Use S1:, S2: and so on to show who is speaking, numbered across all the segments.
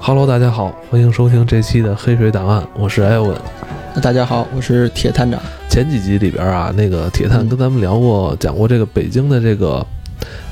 S1: Hello，大家好，欢迎收听这期的《黑水档案》，我是艾文。
S2: 大家好，我是铁探长。
S1: 前几集里边啊，那个铁
S2: 嗯
S1: 探跟咱们聊过，讲过这个北京的这个，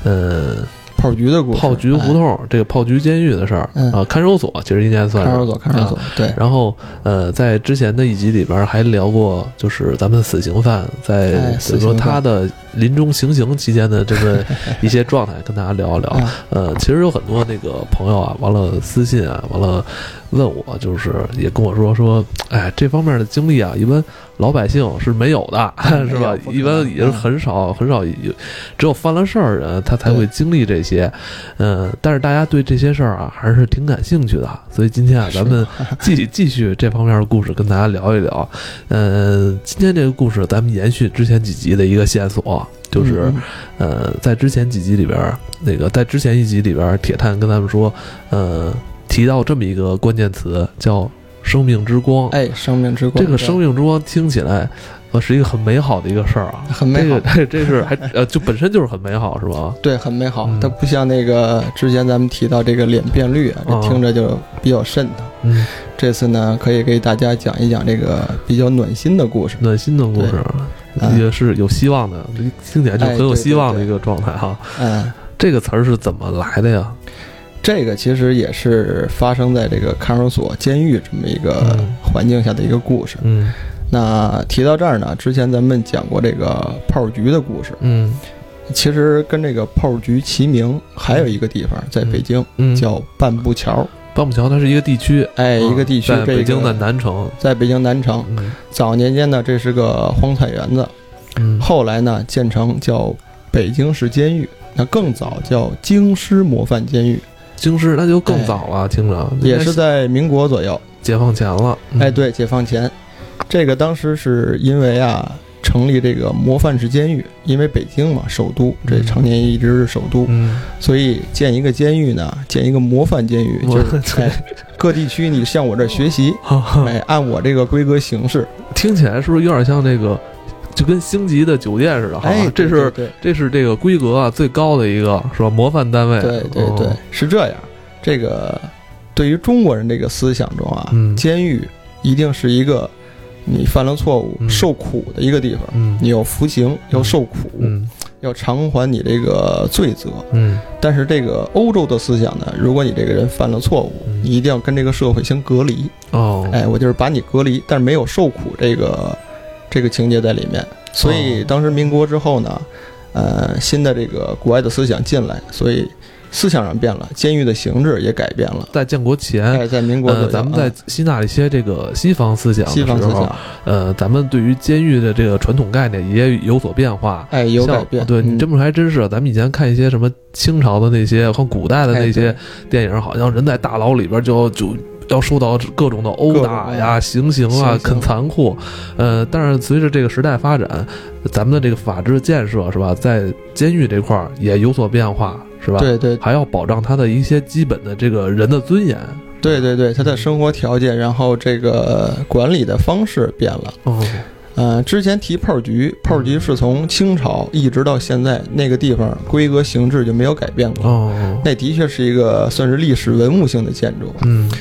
S1: 嗯，
S2: 炮局的故事，哎
S1: 炮局胡同、这个炮局监狱的事儿、
S2: 嗯
S1: 啊，看守所其实应该
S2: 哎，
S1: 算是
S2: 看守所，看守所，对，
S1: 然后，呃，在之前的一集里边还聊过，就是咱们死刑犯在
S2: 哎
S1: 怎
S2: 死
S1: 么说
S2: 刑犯
S1: 他的临终行刑期间的这么一些状态，跟大家聊一聊。
S2: 啊
S1: 呃，其实有很多那个朋友啊，完了私信啊，完了问我，就是也跟我说说，哎，这方面的经历啊，一般老百姓是没有 的，
S2: 哎没
S1: 是
S2: 有
S1: 吧？
S2: 不可
S1: 一般
S2: 能
S1: 也是
S2: 嗯
S1: 很少很少有，只有犯了事儿的人他才
S2: 对
S1: 会经历这些。嗯，但是大家对这些事儿啊还是挺感兴趣的，所以今天啊，咱们 继继续这方面的故事跟大家聊一聊。嗯，今天这个故事咱们延续之前几集的一个线索，就是、
S2: 嗯嗯
S1: 呃，在之前几集里边儿，那个在之前一集里边儿，铁探跟咱们说，呃，提到这么一个关键词叫“生命之光”。
S2: 哎，生命之光，
S1: 这个“生命之光”听起来，呃，是一个很美好的一个事儿啊。
S2: 对很美好，
S1: 这个这是还呃，就本身就是很美好，是吧？
S2: 对，很美好
S1: 嗯。
S2: 它不像那个之前咱们提到这个脸变绿啊，
S1: 啊
S2: 这听着就比较瘆得慌。
S1: 嗯，
S2: 这次呢，可以给大家讲一讲这个比较暖心的故事。
S1: 暖心的故事
S2: 对啊
S1: 也是有希望的，听起来就很有
S2: 哎对
S1: 希望的
S2: 对
S1: 一
S2: 对
S1: 个状态哈。
S2: 嗯，
S1: 这个词儿是怎么来的呀？
S2: 这个其实也是发生在这个看守所、监狱这么一个
S1: 嗯
S2: 环境下的一个故事。
S1: 嗯
S2: 那提到这儿呢，之前咱们讲过这个炮局的故事。
S1: 嗯
S2: 其实跟这个炮局齐名，还有一个地方在北京、
S1: 嗯，
S2: 叫半步桥，
S1: 半步桥，它是一个地区，嗯
S2: 哎，一个地区，
S1: 在
S2: 这
S1: 北
S2: 个
S1: 京的南城。
S2: 在北京南城。
S1: 嗯
S2: 早年间呢，这是个荒菜园子，
S1: 嗯，
S2: 后来呢建成叫北京市监狱，那更早叫京师模范监狱，
S1: 京师那就更早了，听着
S2: 哎也是在民国左右，
S1: 解放前了。嗯
S2: 哎，，对，解放前，这个当时是因为啊。成立这个模范市监狱，因为北京嘛，首都，这常年一直是首都，
S1: 嗯，
S2: 所以建一个监狱呢，建一个模范监狱，
S1: 模
S2: 就是在各地区你向我这儿学习，
S1: 哈哈
S2: 哎，按我这个规格行事。
S1: 听起来是不是有点像那个，就跟星级的酒店似的？哈
S2: 哎，，
S1: 这
S2: 对
S1: 是
S2: 对
S1: 这是这个规格啊最高的一个是吧？模范单位。
S2: 对对对对
S1: 哦，
S2: 是这样。这个对于中国人这个思想中啊
S1: 嗯，
S2: 监狱一定是一个你犯了错误
S1: 嗯
S2: 受苦的一个地方，
S1: 嗯
S2: 你要服刑，要受苦，
S1: 嗯
S2: 要偿还你这个罪责。
S1: 嗯
S2: 但是这个欧洲的思想呢，如果你这个人犯了错误
S1: 嗯，
S2: 你一定要跟这个社会先隔离。
S1: 哦，
S2: 哎，我就是把你隔离，但是没有受苦这个这个情节在里面。所以
S1: 哦
S2: 当时民国之后呢，呃，新的这个国外的思想进来，所以思想上变了，监狱的形制也改变了。
S1: 在建国前。
S2: 哎，在民国左
S1: 呃，
S2: 右啊，
S1: 咱们在吸纳一些这个西方思想的
S2: 西方思
S1: 时候
S2: 想，
S1: 呃，咱们对于监狱的这个传统概念也有所变化。
S2: 哎有改
S1: 像
S2: 变。
S1: 对你这
S2: 么
S1: 么说还真是，啊咱们以前看一些什么清朝的那些，看古代的
S2: 哎
S1: 那些电影，好像人在大牢里边就要就要受到各种的殴打呀、行刑啊、
S2: 行刑
S1: 很残酷。呃，但是随着这个时代发展，咱们的这个法治建设是吧，在监狱这块儿也有所变化，是吧？，
S2: 对对
S1: 还要保障他的一些基本的这个人的尊严。
S2: 对对对，他的生活条件，然后这个管理的方式变了。
S1: 哦，
S2: 呃，之前提炮局，炮局是从清朝一直到现在，那个地方规格形制就没有改变过。
S1: 哦，
S2: 那的确是一个算是历史文物性的建筑。
S1: 嗯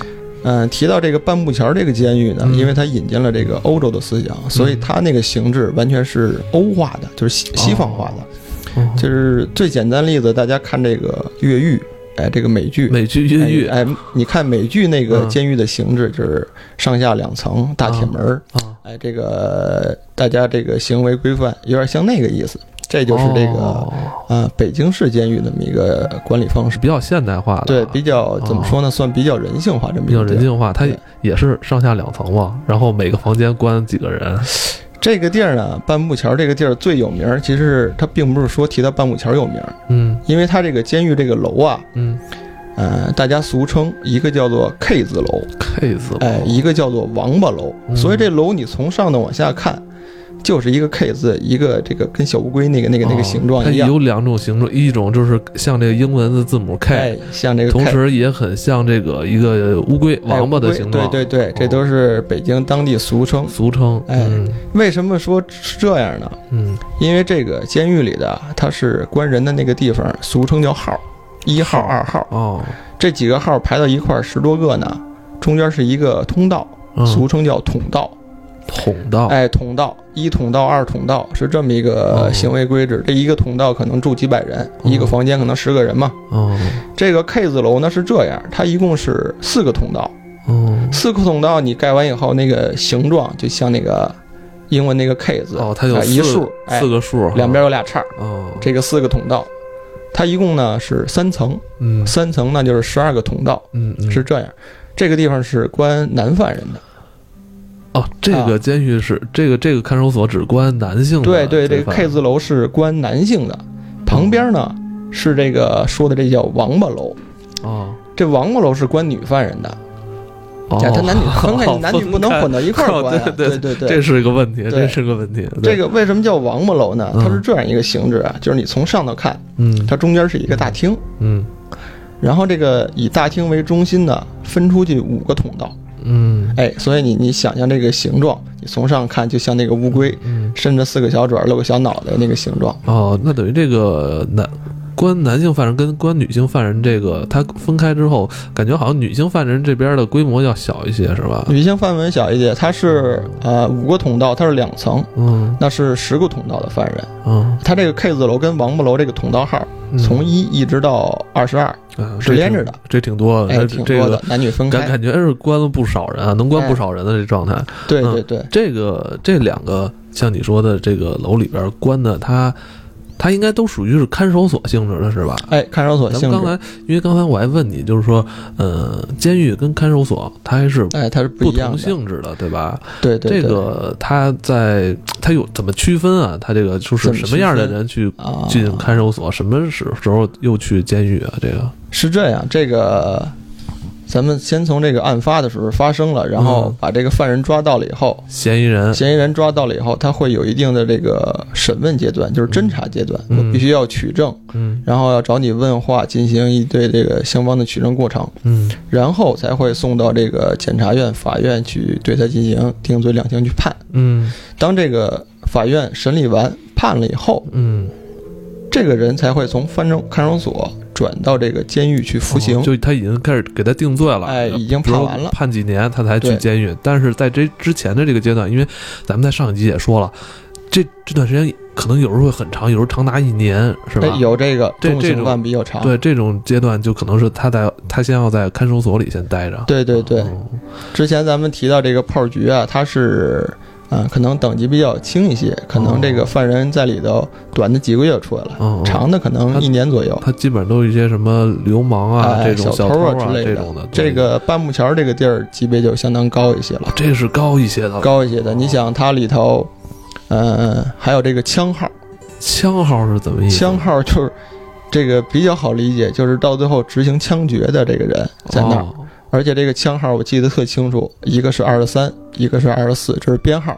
S2: 嗯、提到这个半步桥这个监狱呢，
S1: 嗯
S2: 因为它引进了这个欧洲的思想，所以它那个形制完全是欧化的，就是西西方化的。
S1: 哦，
S2: 就是最简单例子，大家看这个越狱，哎，这个美剧。
S1: 美剧越狱
S2: 哎，哎你看美剧那个
S1: 嗯
S2: 监狱的形制，就是上下两层大铁门儿，
S1: 啊，
S2: 哎，这个大家这个行为规范有点像那个意思，这就是这个、
S1: 哦
S2: 呃北京市监狱那么一个管理方式
S1: 是。比较现代化的啊，
S2: 对，比较怎么说呢？算比较人性化这么一
S1: 比较
S2: 个地
S1: 人
S2: 儿。
S1: 性化，它
S2: 对
S1: 也是上下两层嘛，然后每个房间关几个人。
S2: 这个地儿呢，半步桥这个地儿最有名儿，其实是它并不是说提到半步桥有名儿，
S1: 嗯
S2: 因为它这个监狱这个楼啊，
S1: 嗯
S2: 呃，大家俗称一个叫做 K 字楼，
S1: ，K 字
S2: 哎、一个叫做王八楼，
S1: 哦嗯
S2: 所以这楼你从上头往下看，就是一个 K 字，一个这个跟小乌龟那个那个那个形状
S1: 哦它
S2: 一样，
S1: 有两种形状，一种就是像这个英文的字母 K，
S2: 哎，像这个
S1: 同
S2: K。
S1: 时也很像这个一个乌龟
S2: 哎
S1: 王八的形状，哦
S2: 对对对，这都是北京当地俗称。
S1: 俗称。
S2: 哎
S1: 嗯
S2: 为什么说是这样呢？
S1: 嗯，
S2: 因为这个监狱里的，它是关人的那个地方，俗称叫号儿，一号、二号
S1: 哦，
S2: 这几个号排到一块儿十多个呢，中间是一个通道，
S1: 嗯哦
S2: 俗称叫通道。
S1: 捅到，
S2: 哎，通道一通道二通道是这么一
S1: 哦
S2: 个行为规制，这一个通道可能住几百人，一个
S1: 嗯
S2: 房间可能十个人嘛。
S1: 哦
S2: 这个 K 字楼呢是这样，它一共是四个通道，
S1: 哦
S2: 四个通道你盖完以后，那个形状就像那个英文那个 K 字，
S1: 哦，它有
S2: 啊一
S1: 四
S2: 竖，哎
S1: 四，个数，
S2: 两边有俩叉，
S1: 哦，
S2: 这个四个通道，它一共呢是三层，
S1: 嗯
S2: 三层呢就是十二个通道，
S1: 嗯嗯
S2: 是这样。这个地方是关男犯人的，
S1: 哦，这个监狱是这个这个看守所只关男性的
S2: 啊对对，这
S1: 罪
S2: 个
S1: 犯
S2: K 字楼是关男性的，旁边呢是这个说的这叫王八楼，
S1: 哦
S2: 这王八楼是关女犯人的，
S1: 哦，
S2: 呀，他男女 分开，男女不能混到一块儿关
S1: 哦
S2: 啊，
S1: 对对
S2: 对对
S1: 这是一个问题，
S2: 对
S1: 这是个问题，
S2: 这
S1: 个
S2: 个为什么叫王八楼呢？
S1: 嗯
S2: 它是这样一个形制啊，就是你从上头看，
S1: 嗯
S2: 它中间是一个大厅，
S1: 嗯
S2: 然后这个以大厅为中心呢，分出去五个通道。
S1: 嗯
S2: 哎，所以你你想象这个形状，你从上看就像那个乌龟
S1: 嗯
S2: 伸着四个小爪儿、露个小脑袋那个形状。
S1: 哦，那等于这个男。关男性犯人跟关女性犯人这个，他分开之后，感觉好像女性犯人这边的规模要小一些，是吧？
S2: 女性范围小一些，它是呃五个通道，它是两层，
S1: 嗯
S2: 那是十个通道的犯人。
S1: 嗯，
S2: 它这个 K 字楼跟王八楼这个通道号
S1: 嗯
S2: 从一一直到二十二，
S1: 啊
S2: 是
S1: 这
S2: 连
S1: 挺
S2: 着的，
S1: 这挺多的，
S2: 哎，
S1: 哦这
S2: 挺
S1: 这
S2: 多
S1: 个
S2: 的，男女分
S1: 感
S2: 开。
S1: 感觉是关了不少人啊，能关
S2: 哎
S1: 不少人的这状态。
S2: 对
S1: 嗯
S2: 对对，
S1: 这个这两个像你说的这个楼里边关的，它它应该都属于是看守所性质的，是吧？
S2: 哎，看守所
S1: 咱
S2: 性
S1: 们刚
S2: 质，
S1: 才，因为刚才我还问你，就是说，呃，监狱跟看守所它还是
S2: 哎，它是
S1: 不
S2: 一样
S1: 同
S2: 的。
S1: 性质的，对吧？
S2: 对对对，
S1: 这个它在它有怎么区分啊？它这个就是
S2: 怎么
S1: 什么样的
S2: 区分
S1: 人去
S2: 啊，
S1: 进看守所，什么时时候又去监狱啊？这个，
S2: 是这样，这个咱们先从这个案发的时候发生了，然后
S1: 嗯
S2: 把这个犯人抓到了以后，
S1: 嫌疑人，
S2: 嫌疑人抓到了以后，他会有一定的这个审问阶段，就是侦查阶段，
S1: 嗯
S2: 我必须要取证，
S1: 嗯
S2: 然后要找你问话，进行一对这个相关的取证过程，
S1: 嗯
S2: 然后才会送到这个检察院、法院去对他进行定罪量刑去判。
S1: 嗯
S2: 当这个法院审理完判了以后，
S1: 嗯，
S2: 这个人才会从犯正看守所转到这个监狱去服刑。
S1: 哦就他已经开始给他定罪了，
S2: 哎，已经
S1: 比如
S2: 判
S1: 说
S2: 完了。
S1: 判几年他才去
S2: 对
S1: 监狱。但是在这之前的这个阶段，因为咱们在上一集也说了，这这段时间可能有时候会很长，有时候长达一年，是吧
S2: 哎？有啊这个
S1: 这
S2: 重
S1: 这
S2: 刑
S1: 种
S2: 犯比较长。
S1: 对这种阶段，就可能是他在他先要在看守所里先待着。
S2: 对对对
S1: 哦
S2: 之前咱们提到这个炮局啊，它是。啊，可能等级比较轻一些，可能这个犯人在里头短的几个月出来了，
S1: 哦
S2: 长的可能一年左右。
S1: 他基本上都是一些什么流氓啊、
S2: 哎
S1: 这种
S2: 小
S1: 偷
S2: 偷啊
S1: 啊
S2: 之类
S1: 这
S2: 的
S1: 种的。对
S2: 这个半木桥这个地儿级别就相当高一些了，
S1: 这是高一些的了，
S2: 高一些的。
S1: 哦
S2: 你想，它里头，呃，还有这个枪号，
S1: 枪号是怎么意啊思？
S2: 枪号就是这个比较好理解，就是到最后执行枪决的这个人在那儿。
S1: 哦
S2: 而且这个枪号我记得特清楚，一个是二十三，一个是二十四，这是编号。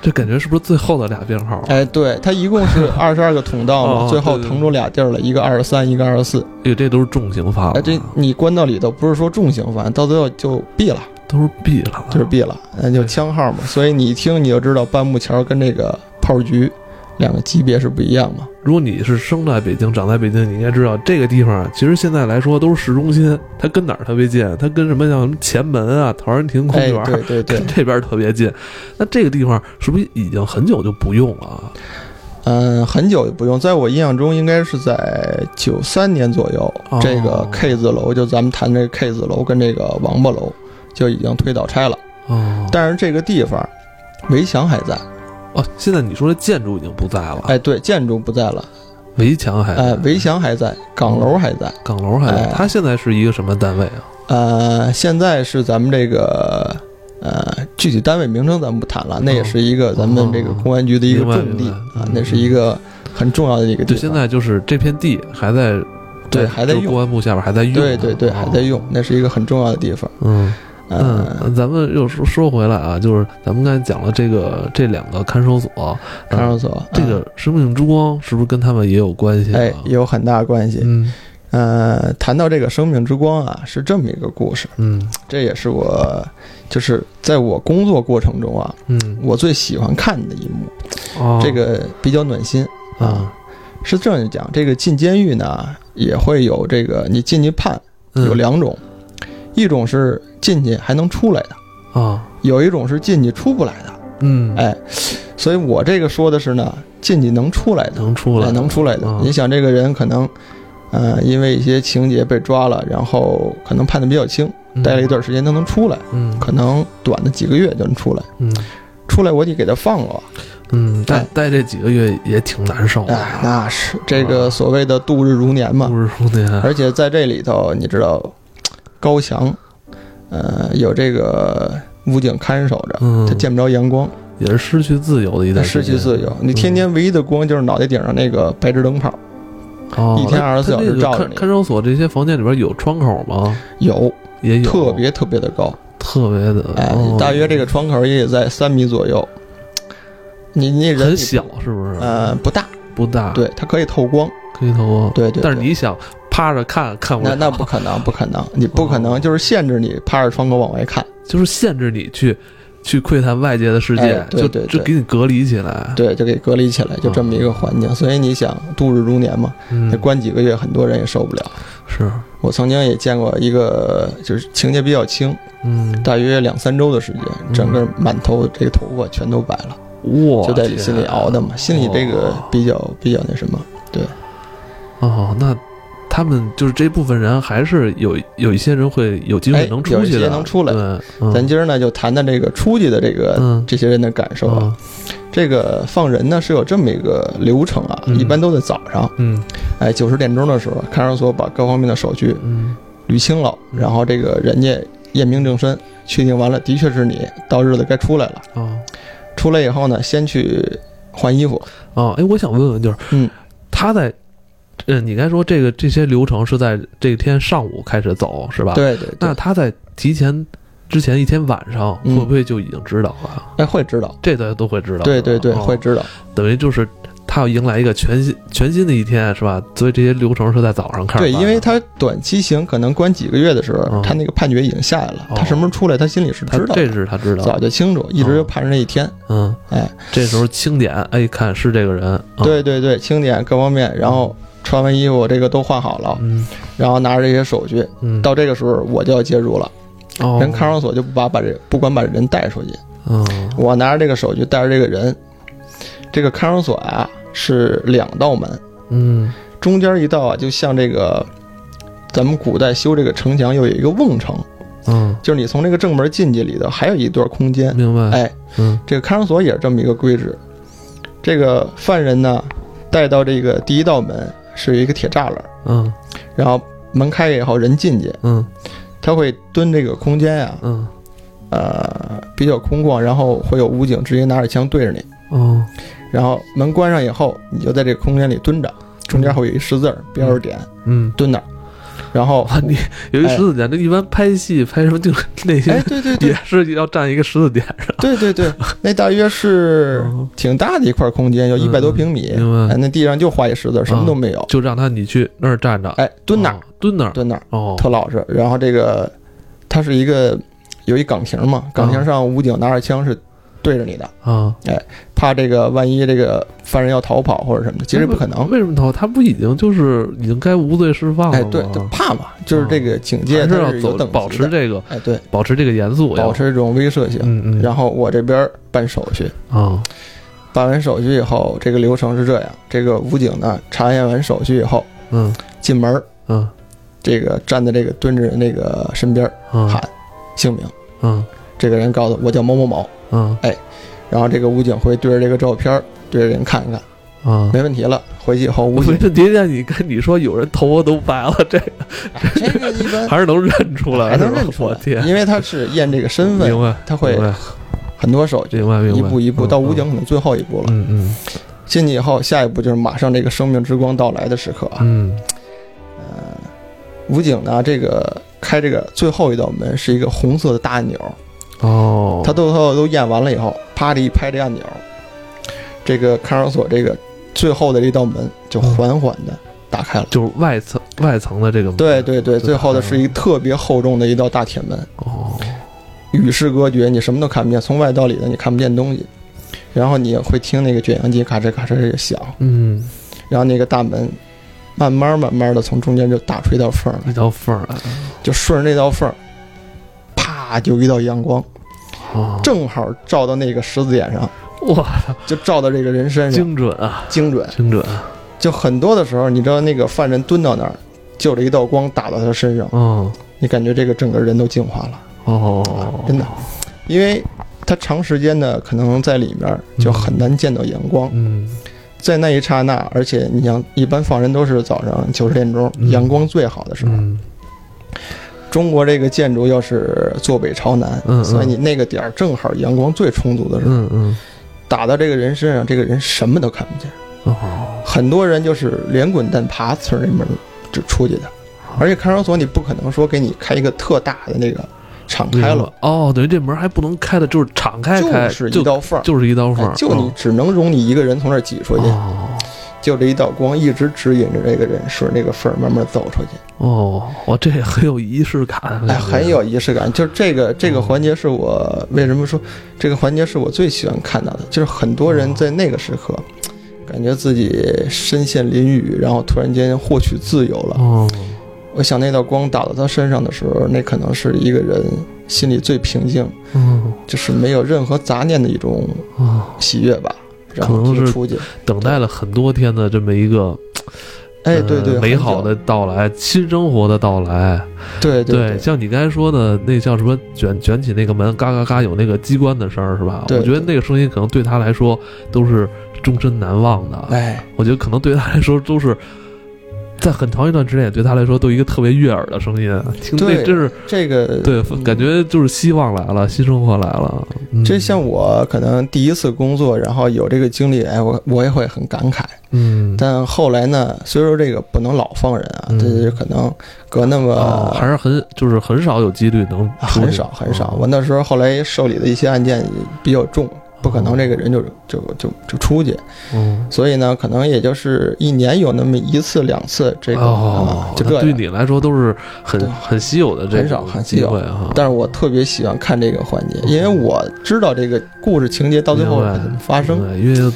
S1: 这感觉是不是最后的俩编号啊？
S2: 哎，对，它一共 是二十二个通道
S1: 哦
S2: 嘛，最后
S1: 对对对
S2: 腾出俩地儿了，一个二十三，一个二十四。
S1: 哎呦，这都是重刑犯了，
S2: 哎，这你关到里头不是说重刑犯，到最后就毙了，
S1: 都是毙了，
S2: 就是毙了，那就枪号嘛。所以你一听你就知道半木桥跟这个炮局两个级别是不一样嘛。
S1: 如果你是生在北京、长在北京，你应该知道这个地方其实现在来说都是市中心，它跟哪儿特别近？它跟什么像什么前门啊、陶然亭公
S2: 哎，
S1: 园，
S2: 对对 对
S1: 跟，这边特别近。那这个地方是不是已经很久就不用了？
S2: 嗯，很久也不用，在我印象中应该是在九三年左右，
S1: 哦
S2: 这个 K 字楼就咱们谈这个 K 字楼跟这个王八楼就已经推倒拆了，
S1: 哦，
S2: 但是这个地方围墙还在，
S1: 哦，现在你说的建筑已经不在了，
S2: 哎，对，建筑不在了，
S1: 围墙还在，
S2: 哎，围墙还在，岗楼还在，
S1: 岗楼还在。
S2: 哎
S1: 它现在是一个什么单位啊？
S2: 呃，现在是咱们这个呃具体单位名称咱们不谈了，那也是一个咱们这个公安局的一个
S1: 哦明白
S2: 重地
S1: 明白
S2: 啊
S1: 嗯，
S2: 那是一个很重要的一个地
S1: 就
S2: 方，
S1: 现在就是这片地还在，
S2: 对还在
S1: 就是
S2: 用
S1: 公安部下边还在用呢，
S2: 对对对
S1: 哦
S2: 还在用，那是一个很重要的地方，
S1: 嗯。
S2: 呃
S1: 嗯，咱们又说说回来啊，就是咱们刚才讲了这个这两个看守所，
S2: 看守所，
S1: 嗯
S2: 嗯
S1: 这个生命之光是不是跟他们也有关系、啊？
S2: 啊哎有很大关系。
S1: 嗯
S2: 呃，谈到这个生命之光啊，是这么一个故事，
S1: 嗯
S2: 这也是我就是在我工作过程中啊，
S1: 嗯，
S2: 我最喜欢看的一幕，
S1: 哦，
S2: 这个比较暖心。
S1: 啊，
S2: 是这样讲，这个进监狱呢，也会有这个你进去判
S1: 嗯
S2: 有两种，一种是进去还能出来的，
S1: 啊，
S2: 有一种是进去出不来的。
S1: 嗯，
S2: 哎，所以我这个说的是呢，进去能出来的，
S1: 能出来
S2: 哎，能出来的
S1: 啊。
S2: 你想这个人可能，呃，因为一些情节被抓了，然后可能判的比较轻，待了一，段时间他能出来，
S1: 嗯
S2: 可能短的几个月就能出来。
S1: 嗯
S2: 出来我得给他放了，
S1: 嗯，待
S2: 哎
S1: 待这几个月也挺难受的
S2: 哎，
S1: 啊，
S2: 那是这个所谓的度日如年嘛。
S1: 不是说那
S2: 而且在这里头，你知道，高翔，呃，有这个武警看守着，
S1: 嗯，
S2: 他见不着阳光，
S1: 也是失去自由的一
S2: 他
S1: 段时
S2: 失
S1: 间，嗯
S2: 去自由。你天天唯一的光就是脑袋顶上那个白炽灯泡，
S1: 哦
S2: 一天24
S1: 他他这
S2: 小时
S1: 个
S2: 照着
S1: 看
S2: 你
S1: 看守所这些房间里边有窗口吗？
S2: 有
S1: 也有，
S2: 特别特别的高，
S1: 特别的，
S2: 哎
S1: 哦，
S2: 大约这个窗口也得在三米左右。你你人
S1: 很
S2: 你
S1: 小，是不是？
S2: 呃，不大，
S1: 不大，，
S2: 对，它可以透光，
S1: 可以透光。
S2: 对对。
S1: 但是
S2: 对
S1: 你想趴着看看不
S2: 那
S1: 了，
S2: 那不可能，不可能，你不可
S1: 哦
S2: 能就是限制你趴着窗口往外看。
S1: 就是限制你去去窥探外界的世界，
S2: 哎对对
S1: 就
S2: 对
S1: 就给你隔离起来。，
S2: 对，就给隔离起来，就这么一个环境。所以你想度日如年嘛，那
S1: 嗯，
S2: 关几个月，很多人也受不了。
S1: 是，
S2: 我曾经也见过一个，就是情节比较轻，
S1: 嗯，
S2: 大约两三周的时间，整个满头这个头发全都白了，
S1: 哇，啊
S2: 就在你心里熬的嘛，心里这个
S1: 哦
S2: 比较比较那什么。
S1: 哦，那。他们就是这部分人，还是有有一些人会有机会
S2: 哎
S1: 能
S2: 有
S1: 出
S2: 一
S1: 去的，
S2: 些能出来
S1: 对，嗯
S2: 咱今儿呢就谈谈这个出去的这个
S1: 嗯，
S2: 这些人的感受啊。
S1: 啊
S2: 这个放人呢是有这么一个流程啊，
S1: 嗯
S2: 一般都在早上，
S1: 嗯
S2: 哎，九十点钟的时候，看守所把各方面的手续
S1: 嗯
S2: 捋清了，
S1: 嗯
S2: 然后这个人家验明正身，确定完了，的确是你，到日子该出来了。
S1: 哦
S2: 出来以后呢，先去换衣服，
S1: 哦，哎，我想问问，就是，
S2: 嗯，
S1: 他在，呃，你刚才说这个这些流程是在这天上午开始走是吧？。
S2: 对对对
S1: 那，他在提前之前一天晚上会
S2: 嗯
S1: 不会就已经知道了？啊
S2: 哎，会知道，
S1: 这大家都会知道。
S2: 对
S1: 是吧
S2: 对对，
S1: 哦
S2: 会知道，
S1: 等于就是他要迎来一个全新全新的一天是吧？所以这些流程是在早上开始
S2: 对，
S1: 办的。
S2: 因为他短期刑可能关几个月的时
S1: 嗯
S2: 候，他那个判决已经下来了，
S1: 哦
S2: 他什么时候出来，他心里是
S1: 他
S2: 知道
S1: 这
S2: 的，
S1: 是他知道
S2: 早
S1: 的，
S2: 就清楚，一直就盼着那一天。
S1: 嗯，
S2: 哎，
S1: 这时候清点，哎，看是这个人，啊
S2: 对，对对，清点各方面，然后穿完衣服这个都换好了，
S1: 嗯
S2: 然后拿着这些手续，
S1: 嗯，
S2: 到这个时候我就要介入了。
S1: 哦
S2: 人看守所就不把把这不管把人带出去，
S1: 嗯
S2: 我拿着这个手续带着这个人，这个看守所啊是两道门，
S1: 嗯
S2: 中间一道啊就像这个咱们古代修这个城墙又有一个瓮城，
S1: 嗯，
S2: 就是你从这个正门进去里头还有一段空间。
S1: 明白，
S2: 哎，
S1: 嗯
S2: 这个看守所也是这么一个规制，这个犯人呢带到这个第一道门是有一个铁栅栏，
S1: 嗯
S2: 然后门开以后人进去，
S1: 嗯
S2: 他会蹲这个空间啊，
S1: 嗯
S2: 呃比较空旷，然后会有武警直接拿着枪对着你。
S1: 哦
S2: 然后门关上以后，你就在这个空间里蹲着，中间会有一十字儿标着点，
S1: 嗯。
S2: 蹲那儿。然后，
S1: 哇，你有一十字点，这一般拍戏拍什么就是 那
S2: 哎
S1: 些，
S2: 对对
S1: 也
S2: 对
S1: 是要站一个十字点上。
S2: 对对对，那大约是
S1: 嗯
S2: 挺大的一块空间，有一百多平米，
S1: 明
S2: 哎
S1: 白，，
S2: 那地上就画一十字儿，什么都没有，
S1: 就让他你去那儿站着，
S2: 哎，蹲那儿
S1: 哦，蹲那儿，
S2: 蹲那儿，
S1: 哦，
S2: 特老实。然后这个，它是一个有一岗亭嘛，岗亭上武警拿着枪是对着你的，
S1: 啊，
S2: 怕这个万一这个犯人要逃跑或者什么的，其实不可能。
S1: 为什么逃？他不已经就是已经该无罪释放了
S2: 哎，
S1: 吗？
S2: 对，就怕嘛，就是这个警戒
S1: 哦还
S2: 它
S1: 是要
S2: 是有
S1: 走，
S2: 等
S1: 保
S2: 级
S1: 持
S2: 的
S1: 这个，
S2: 哎，对，
S1: 保持这个严肃，
S2: 保，持这种威慑性。
S1: 嗯嗯，
S2: 然后我这边办手续，
S1: 啊，
S2: 办完手续以后，这个流程是这样：这个武警呢查验完手续以后，
S1: 嗯
S2: 进门儿，
S1: 嗯
S2: 这个站在这个蹲着那个身边儿
S1: 嗯，
S2: 喊姓名，
S1: 嗯
S2: 这个人告诉我叫某某某，
S1: 嗯
S2: 然后这个武警会对着这个照片儿对着人看一看，
S1: 嗯。
S2: 没问题了。回去以后，
S1: 我
S2: 武
S1: 没
S2: 警
S1: 问题，那你跟你说有人头发都白了， 这
S2: 哎这个一般
S1: 还是能认出 来，
S2: 还能
S1: 是吧
S2: 认出
S1: 我
S2: 来
S1: 天，，
S2: 因为他是验这个身份
S1: 明，白，
S2: 他会
S1: 明白
S2: 很多手续，
S1: 明白明白，
S2: 一步一步到
S1: 嗯
S2: 武警，可能最后一步了。
S1: 嗯嗯
S2: 进去以后，下一步就是马上这个生命之光到来的时刻啊。
S1: 嗯
S2: 武警呢，这个开这个最后一道门是一个红色的大按钮，
S1: 哦，
S2: 他都都都验完了以后，啪的一拍这按钮，这个看守所这个最后的这道门就缓缓的打开了。
S1: 就是外层外层的这个门
S2: 对对对，
S1: 嗯就
S2: 最后的
S1: 打开
S2: 是
S1: 了
S2: 一特别厚重的一道大铁门，
S1: 哦，
S2: 与世隔绝，你什么都看不见，从外到里的你看不见东西。然后你会听那个卷扬机咔哧咔哧地响，
S1: 嗯
S2: 然后那个大门慢慢慢慢的从中间就打出一道缝儿来，
S1: 那道缝儿来啊了
S2: 就顺着那道缝儿，啪就一道阳光，
S1: 哦，
S2: 正好照到那个十字点上，
S1: 哇，
S2: 就照到这个人身上，
S1: 精准啊，
S2: 精准。
S1: 精准，
S2: 就很多的时候，你知道那个犯人蹲到那儿，就这一道光打到他身上，
S1: 嗯，
S2: 你感觉这个整个人都净化了，
S1: 哦，
S2: 真的，因为他长时间的可能在里面就很难见到阳光，
S1: 嗯，
S2: 在那一刹那，而且你像一般放人都是早上九十点钟，
S1: 嗯
S2: 阳光最好的时候。
S1: 嗯，
S2: 中国这个建筑要是坐北朝南，
S1: 嗯嗯
S2: 所以你那个点儿正好阳光最充足的时候，
S1: 嗯嗯，
S2: 打到这个人身上，这个人什么都看不见。
S1: 哦，
S2: 很多人就是连滚带爬从这门就出去的，而且看守所你不可能说给你开一个特大的那个敞开了，
S1: 哦，等于这门还不能开的，就是敞开嗯哎开，
S2: 就是一道缝儿。
S1: 就是一道缝
S2: 哎
S1: 儿，嗯
S2: 就你只能容你一个人从这儿挤出去，
S1: 哦
S2: 就这一道光一直指引着这个人顺着这个缝儿慢慢走出去，
S1: 哦，我这很有仪式感，
S2: 哎，很有仪式感。就这个这
S1: 哦
S2: 个环节是我为什么说这个环节是我最喜欢看到的，就是很多人
S1: 哦
S2: 在那个时刻，感觉自己身陷囹圄，然后突然间获取自由了。
S1: 哦，
S2: 我想那道光打到他身上的时候，那可能是一个人心里最平静，
S1: 嗯
S2: 就是没有任何杂念的一种
S1: 哦，
S2: 喜悦吧。然后
S1: 可能
S2: 就是出去，
S1: 等待了很多天的这么一个
S2: 哎，对对，
S1: 呃美好的到来，新生活的到来，
S2: 很久，对对，
S1: 像你刚才说的那叫什么卷卷起那个门，嘎嘎嘎有那个机关的声儿是吧？
S2: 对
S1: 我觉得
S2: 对
S1: 那个声音可能对他来说都是终身难忘的。
S2: 哎，
S1: 我觉得可能对他来说都是在很长一段时间，对他来说都一个特别悦耳的声音，听那
S2: 对，
S1: 真是
S2: 这个
S1: 对，
S2: 嗯
S1: 感觉就是希望来了，新生活来了。嗯、
S2: 这像我可能第一次工作，然后有这个经历，哎，我我也会很感慨。
S1: 嗯，
S2: 但后来呢，虽说这个不能老放人啊，
S1: 嗯
S2: 这是可能隔那
S1: 哦，还
S2: 么
S1: 是很就是很少有几率能出去
S2: 呃啊很少很少。
S1: 哦
S2: 我那时候后来受理的一些案件比较重，不可
S1: 哦
S2: 能这个人就就就就出去，
S1: 嗯
S2: 所以呢，可能也就是一年有那么一次两次这个，
S1: 哦
S2: 啊，就
S1: 那
S2: 这
S1: 对
S2: 样。
S1: 你来说都是很
S2: 对
S1: 很稀有的这
S2: 很少
S1: 种
S2: 很稀
S1: 机
S2: 有
S1: 会啊哈。
S2: 但是我特别喜欢看这个环节，
S1: 嗯
S2: 因为我知道这个故事情节到最后
S1: 明白
S2: 是怎么发生。
S1: 对，因为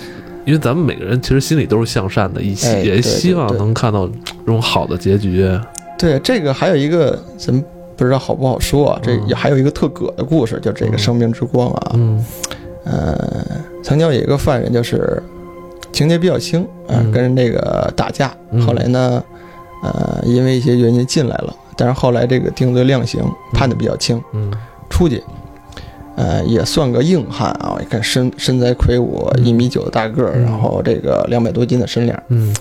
S1: 因为咱们每个人其实心里都是向善的，也希、
S2: 哎
S1: 也
S2: 对
S1: 希望能看到这种好的结局。
S2: 对，这个还有一个咱们不知道好不好说啊，这
S1: 嗯
S2: 也还有一个特葛的故事，就这
S1: 嗯
S2: 个生命之光啊，
S1: 嗯
S2: 呃，曾经有一个犯人就是情节比较轻，呃
S1: 嗯，
S2: 跟人这个打架，
S1: 嗯
S2: 后来呢，呃，因为一些原因进来了，但是后来这个定罪量刑判的比较轻，
S1: 嗯
S2: 出去。呃，也算个硬汉啊！一看身身材魁梧，
S1: 嗯
S2: 一米九的大个儿，
S1: 嗯
S2: 然后这个两百多斤的身量，
S1: 嗯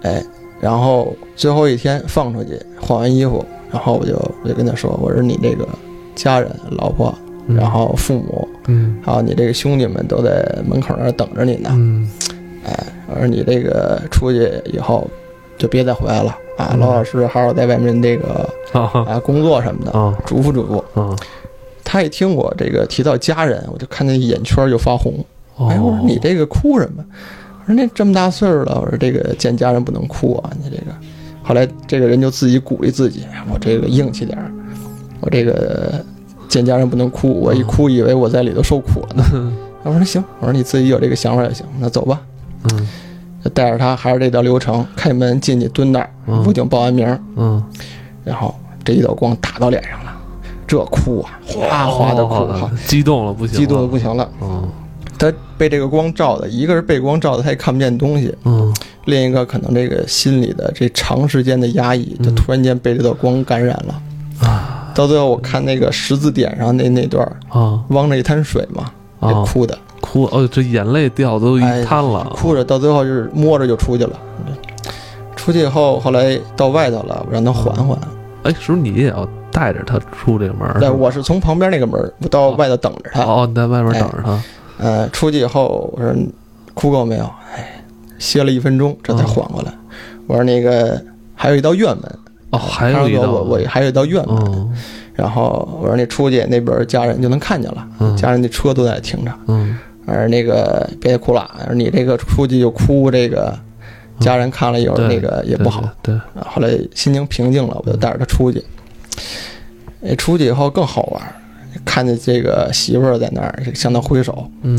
S2: 哎，然后最后一天放出去，换完衣服，然后我就我就跟他说，我说你这个家人、老婆，
S1: 嗯，
S2: 然后父母，
S1: 嗯
S2: 还有你这个兄弟们都在门口那儿等着你呢。
S1: 嗯
S2: 我说你这个出去以后就别再回来了啊，
S1: 嗯
S2: 老老实实好好在外面这个
S1: 啊
S2: 啊工作什么的，
S1: 啊
S2: 嘱咐嘱咐。
S1: 啊！
S2: 他一听我这个提到家人，我就看那眼圈就发红。
S1: 哦
S2: 哎，我说你这个哭什么？我说那这么大岁数了，我说这个见家人不能哭啊，你这个。后来这个人就自己鼓励自己，哎我这个硬气点儿，我这个见家人不能哭，我一哭以为我在里头受苦了 呢。我说那行，我说你自己有这个想法也行，那走吧。
S1: 嗯
S2: 就带着他还是这道流程，开门进去蹲那儿，
S1: 嗯
S2: 武警报完名儿，
S1: 嗯，
S2: 然后这一道光打到脸上了，这哭啊，哗哗的哭，
S1: 哦
S2: 哈，
S1: 激动了不行了，
S2: 激动的不行了。
S1: 嗯
S2: 他被这个光照的，一个是被光照的，他也看不见东西；
S1: 嗯
S2: 另一个可能这个心里的这长时间的压抑，就
S1: 嗯
S2: 突然间被这道光感染了。
S1: 啊
S2: 到最后，我看那个十字点上那那段儿，
S1: 啊
S2: 汪着一滩水嘛，也
S1: 啊！
S2: 哎哭的，哎
S1: 哭哦，这眼泪掉都一滩了，
S2: 哭着，到最后就是摸着就出去了。出去以后，后来到外头了，我让他缓缓。
S1: 哎，是不是你也要带着他出这个门儿？
S2: 但我是从旁边那个门儿，我到外头等着他。
S1: 哦，你在外面等着他。
S2: 呃，出去以后，我说哭够没有？哎，歇了一分钟，这才缓过来。我说那个还有一道院门，
S1: 哦，还
S2: 他
S1: 有
S2: 说
S1: 一道，
S2: 我我还有一道院门，
S1: 嗯
S2: 然后我说那出去那边家人就能看见了，
S1: 嗯
S2: 家人那车都在那停着，
S1: 嗯
S2: 我说那个别哭了，我说你这个出去就哭，这个家人看了以后
S1: 对
S2: 那个也不好。，
S1: 对对
S2: 后来心情平静了，我就带着他出去。哎，出去以后更好玩，看见这个媳妇儿在那儿向他挥手，
S1: 嗯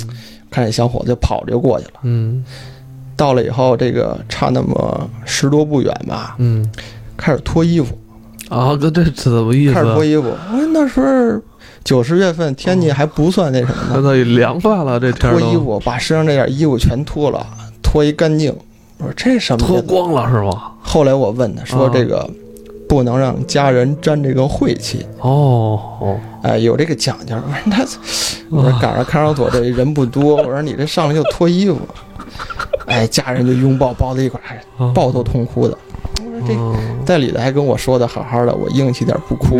S2: 看见小伙子就跑着就过去了。
S1: 嗯
S2: 到了以后，这个差那么十多步远吧，
S1: 嗯，
S2: 开始脱衣服，
S1: 啊，哥，这怎么意
S2: 开始脱
S1: 思？啊
S2: 衣服。哎，那时候九十月份天
S1: 哦
S2: 气还不算那什么
S1: 那
S2: 呢，
S1: 到凉快了，这天
S2: 脱
S1: 儿
S2: 衣
S1: 都
S2: 服把身上这点衣服全脱了，脱一干净。我说这什么意
S1: 脱
S2: 思？
S1: 光了是吗？
S2: 后来我问他说
S1: 啊
S2: 这个不能让家人沾这个晦气，
S1: 哦，
S2: 哎，有这个讲究。我说他，我说
S1: 哦，
S2: 赶上看守所这人不多，我说你这上来就脱衣服，哎，家人就拥抱抱在一块儿，哎
S1: 啊
S2: 抱头痛哭的。我说这
S1: 嗯
S2: 在里头还跟我说的好好的，我硬气点不哭。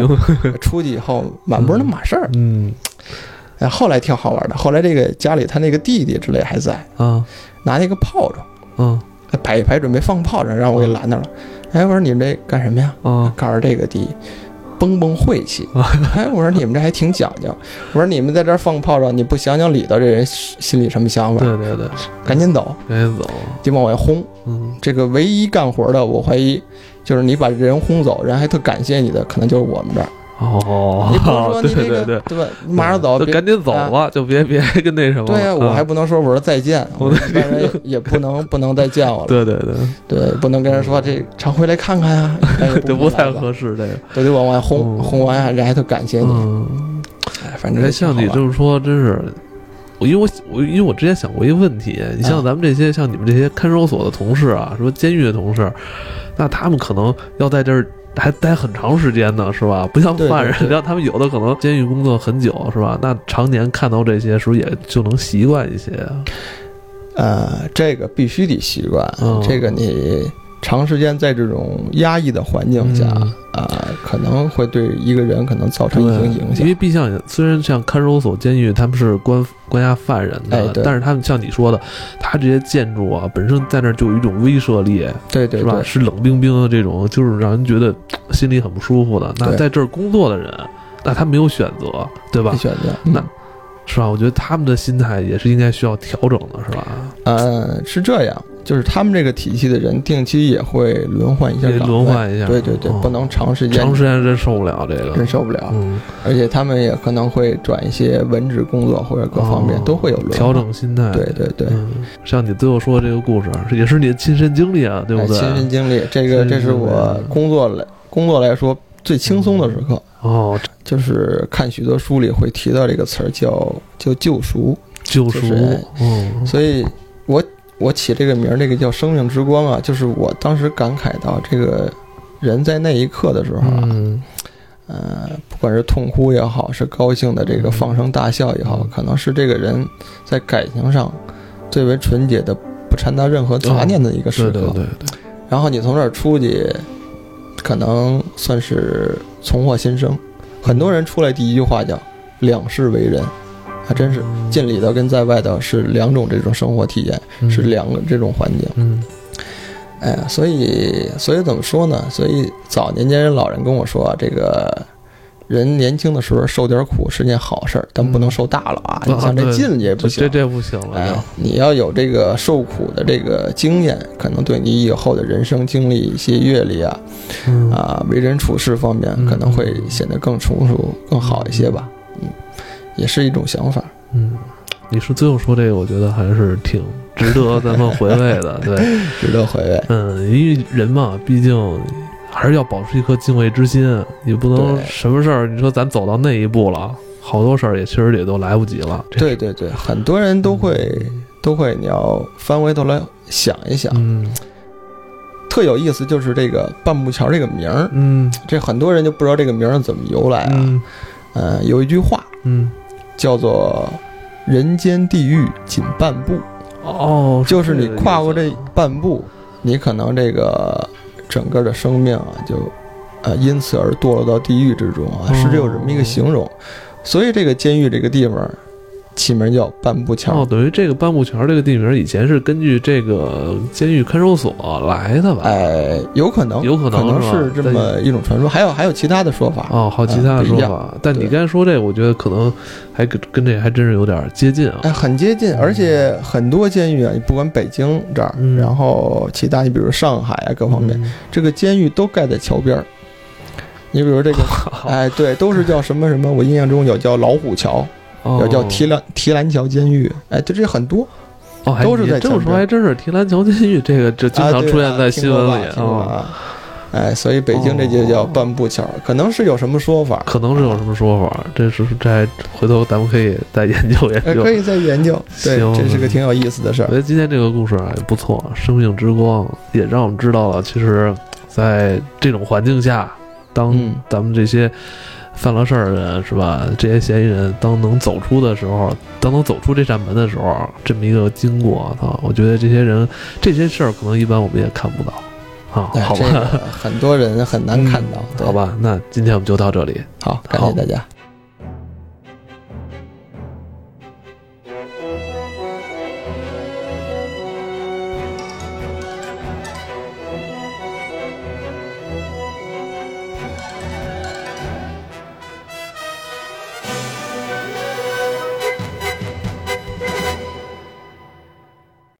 S2: 出去以后满不是那码事儿。
S1: 嗯
S2: 哎，后来挺好玩的，后来这个家里他那个弟弟之类还在，
S1: 啊
S2: 拿那个炮仗
S1: 嗯
S2: 摆一排准备放炮仗，让我给拦那儿了。哎，我说你们这干什么呀？
S1: 啊
S2: 告诉这个弟，崩崩晦气。
S1: 嗯
S2: 哎，我说你们这还挺讲究。我说你们在这儿放炮仗，你不想想里头这人心里什么想法？
S1: 对对对，
S2: 赶紧走，
S1: 赶紧走，
S2: 就往外轰。
S1: 嗯
S2: 这个唯一干活的，我怀疑就是你把人轰走，人还特感谢你的，可能就是我们这儿。
S1: 哦
S2: 你不能说，你
S1: 对
S2: 这
S1: 对
S2: 个
S1: 对。
S2: 对吧？你马上走，
S1: 就
S2: 别啊
S1: 赶紧走吧，就别别跟那什么了。
S2: 对呀、我还
S1: 啊
S2: 不能说我说再见，
S1: 我
S2: 我一般人也也不能不能再见我了，
S1: 对对对，
S2: 对，不能跟人说这常回来看看 啊，
S1: 这不太
S2: 合，
S1: 合适这个。
S2: 都得往外轰，
S1: 嗯
S2: 轰完啊人还特感谢你，
S1: 嗯，
S2: 哎，反正
S1: 哎，
S2: 这
S1: 像你这么说，真是。我因为我我因为我之前想过一个问题，你
S2: 嗯
S1: 像咱们这些像你们这些看守所的同事啊，什么监狱的同事，那他们可能要在这儿还待很长时间呢，是吧？不像
S2: 对对
S1: 犯人，
S2: 对
S1: 像他们有的可能监狱工作很久，是吧？那常年看到这些，是不是也就能习惯一些啊？
S2: 呃，这个必须得习惯，
S1: 嗯
S2: 这个你长时间在这种压抑的环境下，
S1: 嗯
S2: 啊，可能会对一个人可能造成一定影
S1: 因
S2: 响。
S1: 为毕竟虽然像看守所、监狱，他们是关关押犯人的，
S2: 哎对
S1: 但是他们像你说的，他这些建筑啊，本身在那儿就有一种威慑力，
S2: 对对
S1: 是吧？
S2: 对，
S1: 是冷冰冰的这种，就是让人觉得嘖心里很不舒服的。那
S2: 对
S1: 在这儿工作的人，那他没有选择，对吧
S2: 你？选择
S1: 那是吧？我觉得他们的心态也是应该需要调整的，是吧？
S2: 呃是这样，就是他们这个体系的人定期也会轮换一下
S1: 得
S2: 岗位，
S1: 轮换一下，
S2: 对对对，
S1: 嗯
S2: 不能长时间
S1: 长时间真受不了这个
S2: 忍。受不了，
S1: 嗯，
S2: 而且他们也可能会转一些文职工作或者各方面
S1: 哦
S2: 都会有轮
S1: 调
S2: 换。
S1: 整心态。
S2: 对对对，
S1: 嗯，像你最后说的这个故事，啊是也是你的亲身经历啊，对
S2: 哎
S1: 不对？
S2: 亲身经历，这个
S1: 亲身经历嗯
S2: 这是我工作来工作来说最轻松的时刻，
S1: 哦，
S2: 就是看许多书里会提到这个词儿叫叫救赎，
S1: 救赎
S2: 就，是哎
S1: 嗯，
S2: 所以我我起这个名儿，这个叫生命之光啊，就是我当时感慨到这个人在那一刻的时候啊，
S1: 嗯，
S2: 呃，不管是痛哭也好，是高兴的这个放声大笑也好
S1: 嗯，
S2: 可能是这个人在感情上最为纯洁的，不掺杂任何杂念的一个时
S1: 啊对
S2: 刻。
S1: 对对
S2: 然后你从这儿出去，可能算是重获新生。很多人出来第一句话叫“两世为人”，还真是
S1: 嗯
S2: 进里头跟在外头是两种这种生活体验，
S1: 对，
S2: 是两个这种环境。
S1: 嗯，
S2: 哎，所以所以怎么说呢？所以早年间人老人跟我说，这个人年轻的时候受点苦是件好事儿，但不能受大了啊！
S1: 嗯
S2: 你像这
S1: 啊对
S2: 劲也
S1: 嗯，
S2: 不
S1: 这
S2: 行
S1: 这。这不行了，
S2: 哎
S1: 就，
S2: 你要有这个受苦的这个经验，可能对你以后的人生经历、一些阅历啊，
S1: 嗯，
S2: 啊，为人处事方面
S1: 嗯
S2: 可能会显得更成熟、更好一些吧。嗯，也是一种想法。
S1: 嗯，你是最后说这个，我觉得还是挺值得咱们回味 的，对，
S2: 值得回味。
S1: 嗯，因为人嘛，毕竟。还是要保持一颗敬畏之心，也不能
S2: 对
S1: 什么事儿。你说咱走到那一步了，好多事儿也确实也都来不及了。这
S2: 对，对对，很多人都会都会，你要翻回头来想一想，
S1: 嗯
S2: 特有意思，就是这个半步桥这个名儿，
S1: 嗯
S2: 这很多人就不知道这个名儿怎么由来啊。
S1: 嗯
S2: 呃，有一句话
S1: 嗯，
S2: 叫做“人间地狱仅半步
S1: 哦”，，
S2: 就是你
S1: 这个
S2: 跨过
S1: 意思
S2: 这半步，你可能这个整个的生命啊，就呃因此而堕落到地狱之中啊，
S1: 哦
S2: 是有这么一个形容。所以这个监狱这个地方起名叫半步
S1: 哦
S2: 桥，，
S1: 等于这个半步桥这个地名以前是根据这个监狱看守所来的吧？
S2: 哎，有可能，
S1: 有可能是吧
S2: 是这么一种传说，还有还有其他的说法。
S1: 哦，好，其他的说法。但你
S2: 对
S1: 刚才说这个，我觉得可能还跟跟这还真是有点接近啊。
S2: 哎，很接近，而且很多监狱啊，你不管北京这儿，
S1: 嗯
S2: 然后其他你比如上海啊各方面，这个监狱都盖在桥边儿。你比如这个，哎，对，都是叫什么什么，我印象中有叫老虎桥，
S1: 哦，
S2: 有叫提篮提篮桥监狱，哎，就这很多。
S1: 哦，还
S2: 都是
S1: 你
S2: 在
S1: 这
S2: 前
S1: 么说，
S2: 边
S1: 还真是提篮桥监狱这个这经
S2: 啊
S1: 常
S2: 对
S1: 出
S2: 啊
S1: 现在
S2: 听
S1: 新
S2: 过
S1: 闻
S2: 吧
S1: 里哦
S2: 听过
S1: 啊，
S2: 啊。哎，所以北京这就叫半步桥，可能是有什么说法，
S1: 可能是有什么说法，这是这还回头咱们可以再研究研
S2: 呃，
S1: 究
S2: 可。以再研究。对，
S1: 行
S2: 这是个挺有意思的事
S1: 我
S2: 儿
S1: 觉。得今天这个故事啊也不错，《生命之光》也让我们知道了，其实，在这种环境下，当
S2: 嗯
S1: 咱们这些犯了事儿的人是吧，这些嫌疑人当能走出的时候，当能走出这扇门的时候，这么一个经过，啊，我觉得这些人这些事儿可能一般我们也看不到啊，
S2: 哎
S1: 好
S2: 这
S1: 吧，嗯
S2: 个很多人很难看到。对
S1: 好，吧，那今天我们就到这里，
S2: 好，感谢大家。